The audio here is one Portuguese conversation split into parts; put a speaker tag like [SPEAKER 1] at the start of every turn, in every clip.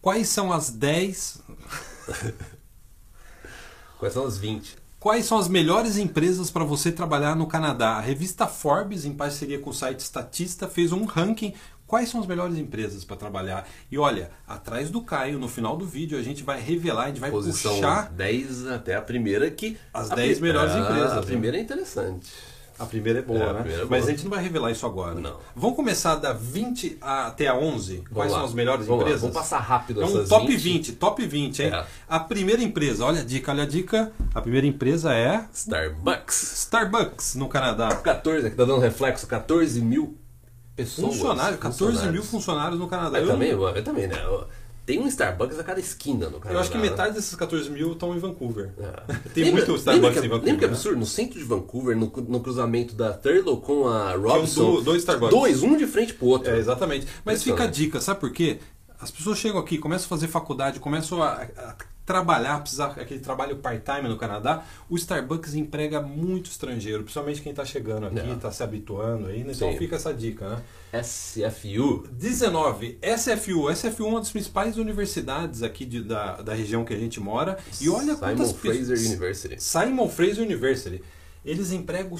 [SPEAKER 1] Quais são as 10.
[SPEAKER 2] Quais são os 20?
[SPEAKER 1] Quais são as melhores empresas para você trabalhar no Canadá? A revista Forbes, em parceria com o site Statista, fez um ranking. Quais são as melhores empresas para trabalhar? E olha, atrás do Caio, no final do vídeo, a gente vai revelar, a gente vai
[SPEAKER 2] Posição
[SPEAKER 1] É puxar
[SPEAKER 2] 10 até a primeira que.
[SPEAKER 1] As
[SPEAKER 2] a
[SPEAKER 1] 10 melhores
[SPEAKER 2] Ah,
[SPEAKER 1] empresas,
[SPEAKER 2] A
[SPEAKER 1] né?
[SPEAKER 2] primeira é interessante.
[SPEAKER 1] A primeira é boa,
[SPEAKER 2] É, a
[SPEAKER 1] né?
[SPEAKER 2] primeira é boa.
[SPEAKER 1] Mas a gente não vai revelar isso agora.
[SPEAKER 2] Não.
[SPEAKER 1] Vamos começar da 20 a- até a 11? Quais
[SPEAKER 2] lá.
[SPEAKER 1] são as melhores
[SPEAKER 2] Vamos lá.
[SPEAKER 1] empresas?
[SPEAKER 2] Vamos passar rápido
[SPEAKER 1] É um
[SPEAKER 2] essas
[SPEAKER 1] top 20.
[SPEAKER 2] 20.
[SPEAKER 1] top 20, hein?
[SPEAKER 2] É.
[SPEAKER 1] A primeira empresa, olha a dica, olha a dica. A primeira empresa é
[SPEAKER 2] Starbucks.
[SPEAKER 1] Starbucks, no Canadá.
[SPEAKER 2] 14, aqui tá dando reflexo, 14 mil pessoas.
[SPEAKER 1] Funcionário, 14 mil
[SPEAKER 2] funcionários.
[SPEAKER 1] funcionários no Canadá.
[SPEAKER 2] Eu,
[SPEAKER 1] Eu,
[SPEAKER 2] também, eu também, né? Eu- Tem um Starbucks a cada esquina no Canadá.
[SPEAKER 1] eu acho que
[SPEAKER 2] né?
[SPEAKER 1] metade desses 14 mil estão em Vancouver.
[SPEAKER 2] É.
[SPEAKER 1] Tem
[SPEAKER 2] Lembra-
[SPEAKER 1] muito Starbucks
[SPEAKER 2] lembra que,
[SPEAKER 1] em Vancouver.
[SPEAKER 2] Lembra que é
[SPEAKER 1] né?
[SPEAKER 2] absurdo? No centro de Vancouver, no, no cruzamento da Thurlow com a Robson.
[SPEAKER 1] du- um dois Starbucks.
[SPEAKER 2] Dois, um de frente pro outro.
[SPEAKER 1] É, exatamente. Mas
[SPEAKER 2] Impressionante.
[SPEAKER 1] fica a dica, sabe por quê? As pessoas chegam aqui, começam a fazer faculdade, começam a, a trabalhar, precisar aquele trabalho part-time no Canadá. O Starbucks emprega muito estrangeiro, principalmente quem está chegando aqui,
[SPEAKER 2] É.
[SPEAKER 1] está se habituando aí, né? então
[SPEAKER 2] Sim.
[SPEAKER 1] fica essa dica, né?
[SPEAKER 2] SFU.
[SPEAKER 1] 19, SFU. SFU é uma das principais universidades aqui de- da, da região que a gente mora. E olha quantas
[SPEAKER 2] Simon
[SPEAKER 1] pe-
[SPEAKER 2] Fraser University.
[SPEAKER 1] Simon Fraser University. Eles empregam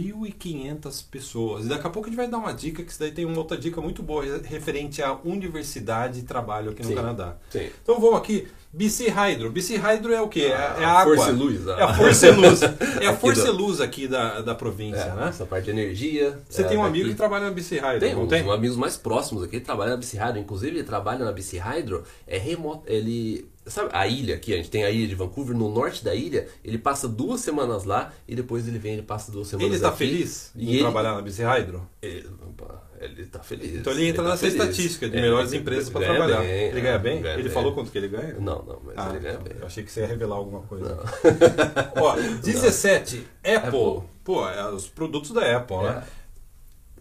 [SPEAKER 1] 6.500 pessoas. E daqui a pouco a gente vai dar uma dica, que isso daí tem uma outra dica muito boa re- referente à universidade e trabalho aqui no
[SPEAKER 2] Sim.
[SPEAKER 1] Canadá.
[SPEAKER 2] Sim.
[SPEAKER 1] Então vamos aqui. BC Hydro. BC Hydro é o quê? É,
[SPEAKER 2] Ah,
[SPEAKER 1] é a água.
[SPEAKER 2] Força e Luz, ah.
[SPEAKER 1] É a Força e Luz. É a
[SPEAKER 2] Aqui
[SPEAKER 1] Força e
[SPEAKER 2] da-
[SPEAKER 1] Luz aqui da, da
[SPEAKER 2] É,
[SPEAKER 1] província, né?
[SPEAKER 2] Essa parte de energia.
[SPEAKER 1] Você
[SPEAKER 2] é,
[SPEAKER 1] tem um
[SPEAKER 2] daqui.
[SPEAKER 1] amigo que trabalha na BC Hydro,
[SPEAKER 2] Tem,
[SPEAKER 1] não
[SPEAKER 2] um
[SPEAKER 1] tem?
[SPEAKER 2] dos amigos mais próximos aqui, ele trabalha na BC Hydro. Inclusive, ele trabalha na BC Hydro, é remoto. Ele. Sabe a ilha aqui? A gente tem a ilha de Vancouver, no norte da ilha. Ele passa duas semanas lá e depois ele vem, ele passa duas semanas
[SPEAKER 1] Ele está
[SPEAKER 2] aqui.
[SPEAKER 1] feliz
[SPEAKER 2] E
[SPEAKER 1] em
[SPEAKER 2] ele-
[SPEAKER 1] trabalhar na BC Hydro?
[SPEAKER 2] Ele, opa, ele tá feliz.
[SPEAKER 1] Então ele entra
[SPEAKER 2] tá
[SPEAKER 1] nessa
[SPEAKER 2] feliz.
[SPEAKER 1] estatística de
[SPEAKER 2] É,
[SPEAKER 1] melhores
[SPEAKER 2] ele
[SPEAKER 1] empresas para
[SPEAKER 2] ganha
[SPEAKER 1] trabalhar.
[SPEAKER 2] bem,
[SPEAKER 1] ele
[SPEAKER 2] é,
[SPEAKER 1] ganha bem? ele
[SPEAKER 2] bem.
[SPEAKER 1] falou então. quanto que ele ganha?
[SPEAKER 2] Não, não, mas ele ganha bem.
[SPEAKER 1] Ah, eu achei que você ia revelar alguma coisa. Ó, 17, Apple.
[SPEAKER 2] Apple.
[SPEAKER 1] Pô, é os produtos da Apple, né?
[SPEAKER 2] É.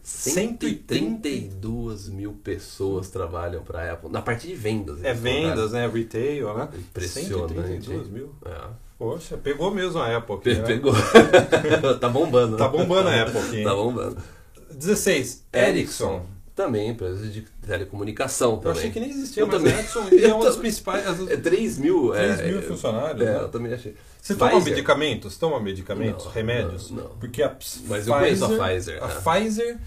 [SPEAKER 2] 132 mil pessoas trabalham para Apple. Na parte de vendas.
[SPEAKER 1] É
[SPEAKER 2] eles
[SPEAKER 1] vendas, né? Retail, né?
[SPEAKER 2] trabalham. Impressionante.
[SPEAKER 1] 132 mil.
[SPEAKER 2] É.
[SPEAKER 1] Poxa, pegou mesmo a Apple aqui,
[SPEAKER 2] Pe-
[SPEAKER 1] né?
[SPEAKER 2] É, Pegou. tá bombando. né?
[SPEAKER 1] Tá bombando a Apple aqui, hein?
[SPEAKER 2] Tá bombando.
[SPEAKER 1] 16, Ericsson.
[SPEAKER 2] Também, empresa de telecomunicação.
[SPEAKER 1] Eu
[SPEAKER 2] também.
[SPEAKER 1] achei que nem existia,
[SPEAKER 2] Eu
[SPEAKER 1] mas
[SPEAKER 2] também.
[SPEAKER 1] Ericsson ele é
[SPEAKER 2] Eu
[SPEAKER 1] uma das
[SPEAKER 2] também.
[SPEAKER 1] principais... as-
[SPEAKER 2] É 3 mil.
[SPEAKER 1] 3
[SPEAKER 2] é,
[SPEAKER 1] mil
[SPEAKER 2] é,
[SPEAKER 1] funcionários,
[SPEAKER 2] É,
[SPEAKER 1] né?
[SPEAKER 2] eu também achei.
[SPEAKER 1] Você toma
[SPEAKER 2] Pfizer.
[SPEAKER 1] medicamentos? Toma medicamentos?
[SPEAKER 2] Não,
[SPEAKER 1] remédios?
[SPEAKER 2] não, não.
[SPEAKER 1] Porque a ps-
[SPEAKER 2] Mas
[SPEAKER 1] Pfizer,
[SPEAKER 2] eu conheço a Pfizer,
[SPEAKER 1] A
[SPEAKER 2] né?
[SPEAKER 1] Pfizer,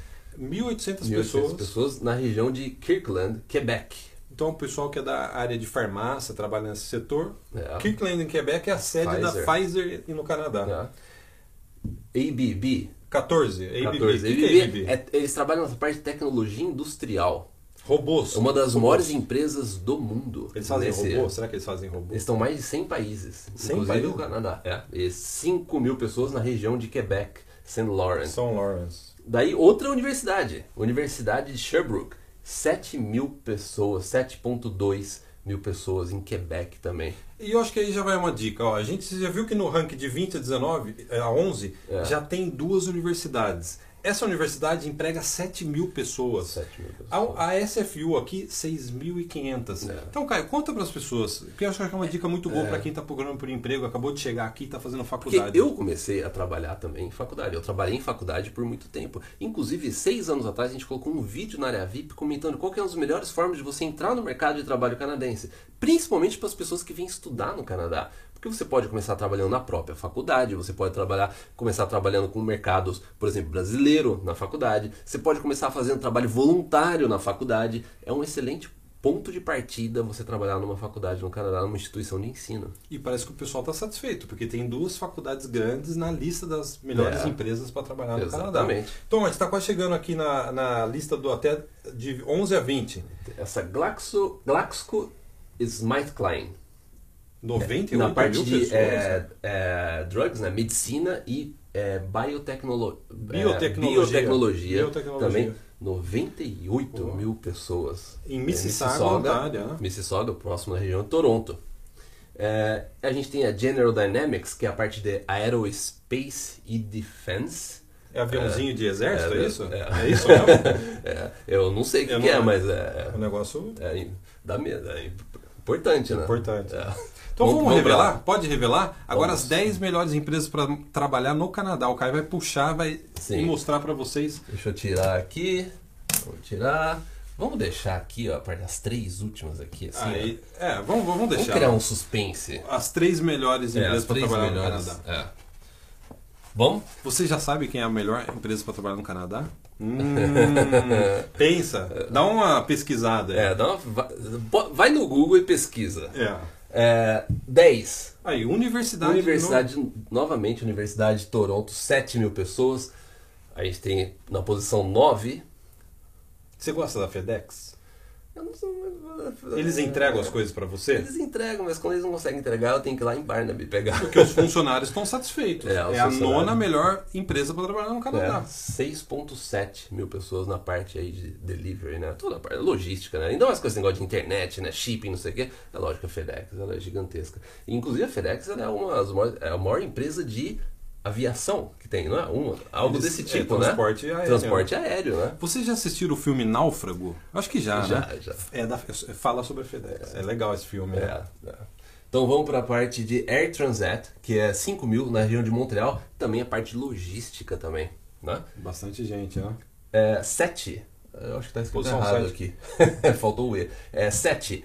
[SPEAKER 1] 1.800
[SPEAKER 2] pessoas.
[SPEAKER 1] pessoas.
[SPEAKER 2] pessoas na região de Kirkland, Quebec.
[SPEAKER 1] Então o pessoal que é da área de farmácia, trabalha nesse setor.
[SPEAKER 2] É.
[SPEAKER 1] Kirkland, em Quebec, é a sede
[SPEAKER 2] Pfizer.
[SPEAKER 1] da Pfizer e no Canadá.
[SPEAKER 2] Tá? ABB.
[SPEAKER 1] 14, ABB.
[SPEAKER 2] 14.
[SPEAKER 1] O que que é
[SPEAKER 2] ABB,
[SPEAKER 1] ABB?
[SPEAKER 2] é- eles trabalham nessa parte de tecnologia industrial.
[SPEAKER 1] Robôs.
[SPEAKER 2] É uma das
[SPEAKER 1] Robôs.
[SPEAKER 2] maiores empresas do mundo.
[SPEAKER 1] Eles fazem
[SPEAKER 2] Nesse-
[SPEAKER 1] robôs? Será que eles fazem robôs?
[SPEAKER 2] Eles estão em mais de 100 países,
[SPEAKER 1] 100
[SPEAKER 2] inclusive
[SPEAKER 1] países?
[SPEAKER 2] o Canadá. É. E 5 mil pessoas na região de Quebec, St. Lawrence.
[SPEAKER 1] São Lawrence.
[SPEAKER 2] Daí outra universidade, Universidade de Sherbrooke. 7 mil pessoas, 7.2 mil pessoas em Quebec também.
[SPEAKER 1] E eu acho que aí já vai uma dica. Ó, a gente você já viu que no ranking de 20 a 19, eh, a 11,
[SPEAKER 2] É.
[SPEAKER 1] já tem duas universidades. Essa universidade emprega 7 mil pessoas.
[SPEAKER 2] 7 mil pessoas.
[SPEAKER 1] A, a SFU aqui, 6.500.
[SPEAKER 2] É.
[SPEAKER 1] Então, Caio, conta para as pessoas, porque eu acho que é uma dica muito boa para quem está procurando por emprego, acabou de chegar aqui e está fazendo
[SPEAKER 2] Porque
[SPEAKER 1] faculdade.
[SPEAKER 2] eu comecei a trabalhar também em faculdade. Eu trabalhei em faculdade por muito tempo. Inclusive, seis anos atrás, a gente colocou um vídeo na área VIP comentando qual que é uma das melhores formas de você entrar no mercado de trabalho canadense. Principalmente para as pessoas que vêm estudar no Canadá. Porque você pode começar trabalhando na própria faculdade, você pode trabalhar, começar trabalhando com mercados, por exemplo, brasileiro na faculdade, você pode começar fazendo trabalho voluntário na faculdade. É um excelente ponto de partida você trabalhar numa faculdade no Canadá, numa instituição de ensino.
[SPEAKER 1] E parece que o pessoal está satisfeito, porque tem duas faculdades grandes na lista das melhores
[SPEAKER 2] É.
[SPEAKER 1] empresas para trabalhar no
[SPEAKER 2] Exatamente.
[SPEAKER 1] Canadá. Então, a gente está quase chegando aqui na, na lista do até de 11 a 20.
[SPEAKER 2] Essa Glaxo, Glaxo Klein
[SPEAKER 1] 98
[SPEAKER 2] na parte
[SPEAKER 1] um mil
[SPEAKER 2] de
[SPEAKER 1] pessoas. né?
[SPEAKER 2] é, é, drugs, né? medicina e é, biotecnolo- é,
[SPEAKER 1] Biotecnologia.
[SPEAKER 2] biotecnologia,
[SPEAKER 1] Biotecnologia.
[SPEAKER 2] Também 98 mil pessoas. É,
[SPEAKER 1] Em Mississauga, Ontário, né?
[SPEAKER 2] Mississauga, próximo da região de Toronto. É, a gente tem a General Dynamics, que é a parte de Aerospace e Defense.
[SPEAKER 1] É aviãozinho de exército, é,
[SPEAKER 2] é,
[SPEAKER 1] isso? É,
[SPEAKER 2] é.
[SPEAKER 1] isso mesmo?
[SPEAKER 2] É, eu não sei o que,
[SPEAKER 1] Eu
[SPEAKER 2] que
[SPEAKER 1] não-
[SPEAKER 2] é, mas é,
[SPEAKER 1] o negócio...
[SPEAKER 2] É, dá medo, é importante, né?
[SPEAKER 1] Importante.
[SPEAKER 2] É.
[SPEAKER 1] Então vamos, revelar?
[SPEAKER 2] lá.
[SPEAKER 1] Pode revelar? Agora
[SPEAKER 2] Vamos.
[SPEAKER 1] as 10 melhores empresas para trabalhar no Canadá. O Caio vai puxar vai
[SPEAKER 2] Sim.
[SPEAKER 1] e mostrar para vocês.
[SPEAKER 2] Deixa eu tirar aqui. Vou tirar. Vamos deixar aqui, ó, para as três últimas aqui, assim.
[SPEAKER 1] Aí,
[SPEAKER 2] ó.
[SPEAKER 1] é, vamos, vamos
[SPEAKER 2] Vamos
[SPEAKER 1] deixar.
[SPEAKER 2] criar um suspense.
[SPEAKER 1] As três melhores
[SPEAKER 2] É,
[SPEAKER 1] empresas
[SPEAKER 2] as
[SPEAKER 1] para
[SPEAKER 2] três
[SPEAKER 1] trabalhar
[SPEAKER 2] melhores.
[SPEAKER 1] no Canadá.
[SPEAKER 2] É. Vamos?
[SPEAKER 1] Você já sabe quem é a melhor empresa para trabalhar no Canadá? Hum, pensa, dá uma pesquisada. aí.
[SPEAKER 2] É, dá uma, vai, bo- vai no Google e pesquisa.
[SPEAKER 1] É.
[SPEAKER 2] É, 10.
[SPEAKER 1] Aí, universidade.
[SPEAKER 2] Universidade, novamente, Universidade de Toronto, 7 mil pessoas. A gente tem na posição 9.
[SPEAKER 1] no- Você gosta da FedEx?
[SPEAKER 2] Eu não sou-
[SPEAKER 1] Eles entregam as coisas para você?
[SPEAKER 2] É. Eles entregam, mas quando eles não conseguem entregar, eu tenho que ir lá em Barnaby pegar.
[SPEAKER 1] Porque os funcionários estão satisfeitos.
[SPEAKER 2] É,
[SPEAKER 1] É,
[SPEAKER 2] os
[SPEAKER 1] a
[SPEAKER 2] funcionários.
[SPEAKER 1] nona melhor empresa para trabalhar no Canadá.
[SPEAKER 2] É, 6.7 mil pessoas na parte aí de delivery, né? Toda a parte logística, né? Ainda mais com esse negócio de internet, né? Shipping, não sei o quê. É lógico que a FedEx ela é gigantesca. Inclusive a FedEx ela é, uma, das maiores- é a maior empresa de aviação que tem, não é? Uma, algo
[SPEAKER 1] Eles-
[SPEAKER 2] desse
[SPEAKER 1] é,
[SPEAKER 2] tipo, né?
[SPEAKER 1] transporte aéreo.
[SPEAKER 2] Transporte aéreo, né?
[SPEAKER 1] Vocês já assistiram o filme Náufrago? Acho que já,
[SPEAKER 2] Já,
[SPEAKER 1] né?
[SPEAKER 2] já.
[SPEAKER 1] É da- fala sobre a FedEx. É, legal esse filme. né?
[SPEAKER 2] É, é. Então vamos para a parte de Air Transat, que é 5 mil na região de Montreal. Também a parte de logística também, né?
[SPEAKER 1] Bastante gente, né?
[SPEAKER 2] É, 7. Eu acho que tá escrito
[SPEAKER 1] Posição
[SPEAKER 2] errado
[SPEAKER 1] sete.
[SPEAKER 2] aqui. Faltou o E. É, 7.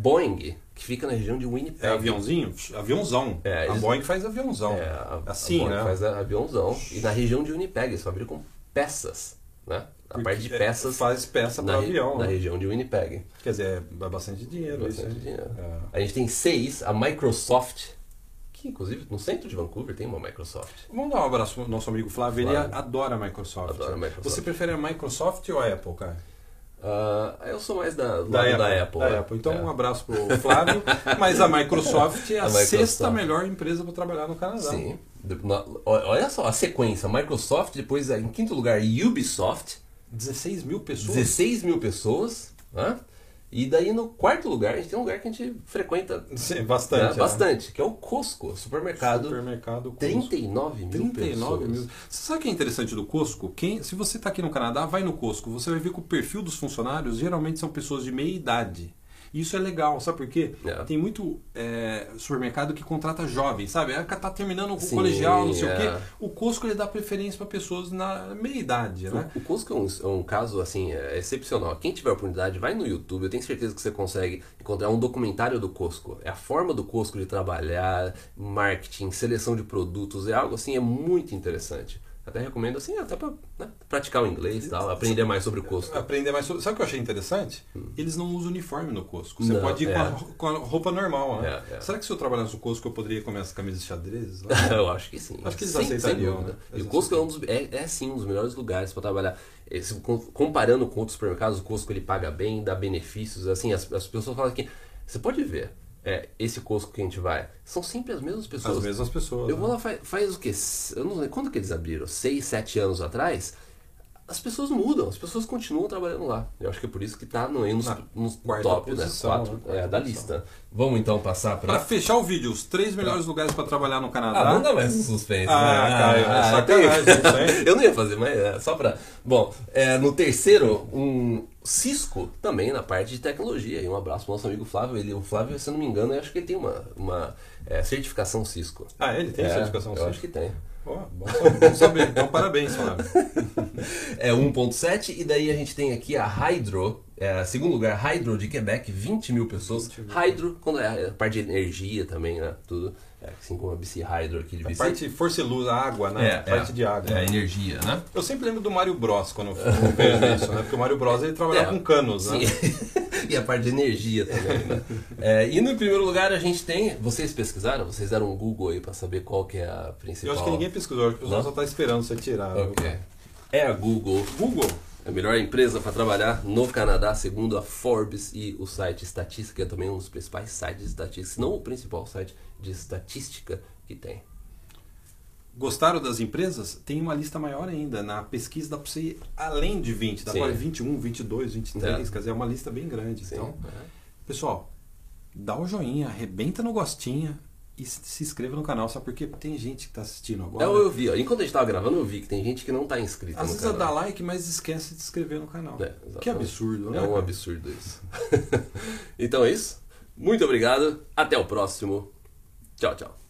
[SPEAKER 2] Boeing, que fica na região de Winnipeg.
[SPEAKER 1] É aviãozinho? Aviãozão.
[SPEAKER 2] É,
[SPEAKER 1] a
[SPEAKER 2] eles-
[SPEAKER 1] Boeing faz aviãozão.
[SPEAKER 2] É, a, a
[SPEAKER 1] assim,
[SPEAKER 2] Boeing
[SPEAKER 1] né?
[SPEAKER 2] faz a- aviãozão. E na região de Winnipeg, eles fabricam peças, né? A
[SPEAKER 1] Porque
[SPEAKER 2] parte de
[SPEAKER 1] é-
[SPEAKER 2] peças
[SPEAKER 1] Faz peça
[SPEAKER 2] na,
[SPEAKER 1] para
[SPEAKER 2] re-
[SPEAKER 1] avião.
[SPEAKER 2] na
[SPEAKER 1] né?
[SPEAKER 2] região de Winnipeg.
[SPEAKER 1] Quer dizer, é bastante dinheiro isso.
[SPEAKER 2] Bastante
[SPEAKER 1] né?
[SPEAKER 2] dinheiro.
[SPEAKER 1] É.
[SPEAKER 2] A gente tem 6, a Microsoft, que inclusive no centro de Vancouver tem uma Microsoft.
[SPEAKER 1] Vamos dar um abraço ao nosso amigo Flávio. Ele
[SPEAKER 2] Flávio.
[SPEAKER 1] adora a Microsoft.
[SPEAKER 2] Adora a Microsoft.
[SPEAKER 1] Você prefere a Microsoft ou a Apple, cara?
[SPEAKER 2] Ah, eu sou mais da, do lado da Apple. né?
[SPEAKER 1] Então,
[SPEAKER 2] É.
[SPEAKER 1] um abraço pro Flávio. mas a Microsoft é a,
[SPEAKER 2] A Microsoft.
[SPEAKER 1] sexta melhor empresa para trabalhar no Canadá.
[SPEAKER 2] Sim. De- na- o- olha só a sequência: Microsoft, depois é, em quinto lugar Ubisoft,
[SPEAKER 1] 16 mil pessoas.
[SPEAKER 2] 16 mil pessoas. né? E daí no quarto lugar, a gente tem um lugar que a gente frequenta né,
[SPEAKER 1] Sim, Bastante. né?
[SPEAKER 2] bastante, que é o Costco, supermercado.
[SPEAKER 1] Supermercado. Costco.
[SPEAKER 2] 39 mil
[SPEAKER 1] 39
[SPEAKER 2] pessoas.
[SPEAKER 1] mil. Você sabe o que é interessante do Costco? Quem, se você está aqui no Canadá, vai no Costco. Você vai ver que o perfil dos funcionários geralmente são pessoas de meia idade. E Isso é legal, sabe por quê?
[SPEAKER 2] É.
[SPEAKER 1] Tem muito é, supermercado que contrata jovens, sabe? É que tá terminando o
[SPEAKER 2] Sim,
[SPEAKER 1] colegial, não sei
[SPEAKER 2] é.
[SPEAKER 1] o quê. O Costco ele dá preferência para pessoas na meia idade, né?
[SPEAKER 2] O Costco é um, é um caso assim é excepcional. Quem tiver oportunidade, vai no YouTube. Eu tenho certeza que você consegue encontrar um documentário do Costco. É a forma do Costco de trabalhar, marketing, seleção de produtos, é algo assim é muito interessante. Até recomendo assim até para praticar o inglês, e tal, aprender mais sobre o Costco.
[SPEAKER 1] Aprender mais sobre. Sabe o que eu achei interessante? Eles não usam uniforme no Costco. Você
[SPEAKER 2] Não,
[SPEAKER 1] pode ir com, a,
[SPEAKER 2] é.
[SPEAKER 1] ro- com a roupa normal, né?
[SPEAKER 2] É, é.
[SPEAKER 1] Será que se eu trabalhasse no Costco eu poderia comer as camisas de xadrez? lá?
[SPEAKER 2] Eu acho que sim.
[SPEAKER 1] Acho que eles
[SPEAKER 2] Sem-
[SPEAKER 1] aceitariam,
[SPEAKER 2] dúvida.
[SPEAKER 1] né?
[SPEAKER 2] E
[SPEAKER 1] Eles
[SPEAKER 2] o Costco é, um dos, é, é, sim um dos melhores lugares para trabalhar. Esse, com- comparando com outros supermercados, o Costco ele paga bem, dá benefícios. Assim, as, as pessoas falam que você pode ver. é, esse Costco que a gente vai, são sempre as mesmas pessoas.
[SPEAKER 1] As mesmas pessoas.
[SPEAKER 2] Eu
[SPEAKER 1] né?
[SPEAKER 2] vou lá faz, faz o quê? Eu não sei quando que eles abriram, seis, sete anos atrás. As pessoas mudam, as pessoas continuam trabalhando lá. Eu acho que é por isso que tá no, aí nos,
[SPEAKER 1] Na
[SPEAKER 2] nos
[SPEAKER 1] quarta
[SPEAKER 2] top,
[SPEAKER 1] posição,
[SPEAKER 2] né? Quatro,
[SPEAKER 1] né? Quarta
[SPEAKER 2] é, da
[SPEAKER 1] posição.
[SPEAKER 2] lista. Vamos então passar
[SPEAKER 1] Pra
[SPEAKER 2] para
[SPEAKER 1] fechar o vídeo, os três melhores lugares pra trabalhar no Canadá.
[SPEAKER 2] Ah, não dá mais um suspense.
[SPEAKER 1] Tá? Ah, Caio,
[SPEAKER 2] né?
[SPEAKER 1] é sacanagem
[SPEAKER 2] tem-
[SPEAKER 1] isso, hein?
[SPEAKER 2] Eu não ia fazer, mas é, só pra. Bom, é, no terceiro, um Cisco também na parte de tecnologia. E um abraço pro nosso amigo Flávio. Ele, o Flávio, se eu não me engano, eu acho que ele tem uma, uma é, certificação Cisco.
[SPEAKER 1] Ah, ele tem
[SPEAKER 2] É,
[SPEAKER 1] certificação
[SPEAKER 2] Eu
[SPEAKER 1] sim.
[SPEAKER 2] acho que tem.
[SPEAKER 1] Ó, bom, saber, bom saber. Então, parabéns, Flávio.
[SPEAKER 2] É 1.7 e daí a gente tem aqui a Hydro, é, segundo lugar, Hydro de Quebec, 20 mil pessoas. Hydro, quando é a parte de energia também, né? Tudo. É, assim como a BC Hydro aqui de
[SPEAKER 1] A
[SPEAKER 2] BC.
[SPEAKER 1] parte força e luz, a água, né?
[SPEAKER 2] é,
[SPEAKER 1] a parte de água.
[SPEAKER 2] É, energia, né?
[SPEAKER 1] Eu sempre lembro do Mario Bros quando eu vejo isso, né? Porque o Mario Bros ele trabalhava
[SPEAKER 2] É,
[SPEAKER 1] com canos, né?
[SPEAKER 2] Sim. e a parte de energia também, né? É, e no primeiro lugar a gente tem. Vocês pesquisaram? Vocês deram um Google aí pra saber qual que é a principal.
[SPEAKER 1] Eu acho que ninguém pesquisou, acho que o pessoal
[SPEAKER 2] Não?
[SPEAKER 1] só tá esperando você tirar. viu?
[SPEAKER 2] Ok. É a Google, É
[SPEAKER 1] Google,
[SPEAKER 2] a melhor empresa para trabalhar no Canadá, segundo a Forbes e o site Estatística, que é também um dos principais sites de estatística, se não o principal site de estatística que tem.
[SPEAKER 1] gostaram das empresas? Tem uma lista maior ainda. Na pesquisa dá pra você ir além de 20, dá
[SPEAKER 2] Sim.
[SPEAKER 1] pra 21, 22, 23,
[SPEAKER 2] É.
[SPEAKER 1] quer dizer, é uma lista bem grande. Então, Pessoal, dá o joinha, arrebenta no gostinha e se se inscreva no canal, sabe? Porque tem gente que tá assistindo agora.
[SPEAKER 2] É, Eu, eu vi, ó, enquanto a gente tava gravando, eu vi que tem gente que não tá inscrita
[SPEAKER 1] Às
[SPEAKER 2] no
[SPEAKER 1] vezes
[SPEAKER 2] canal.
[SPEAKER 1] dá like, mas esquece de se inscrever no canal.
[SPEAKER 2] É, exatamente.
[SPEAKER 1] que absurdo, né?
[SPEAKER 2] É um
[SPEAKER 1] cara?
[SPEAKER 2] absurdo isso. então é isso. Muito obrigado. Até o próximo. Tchau, tchau.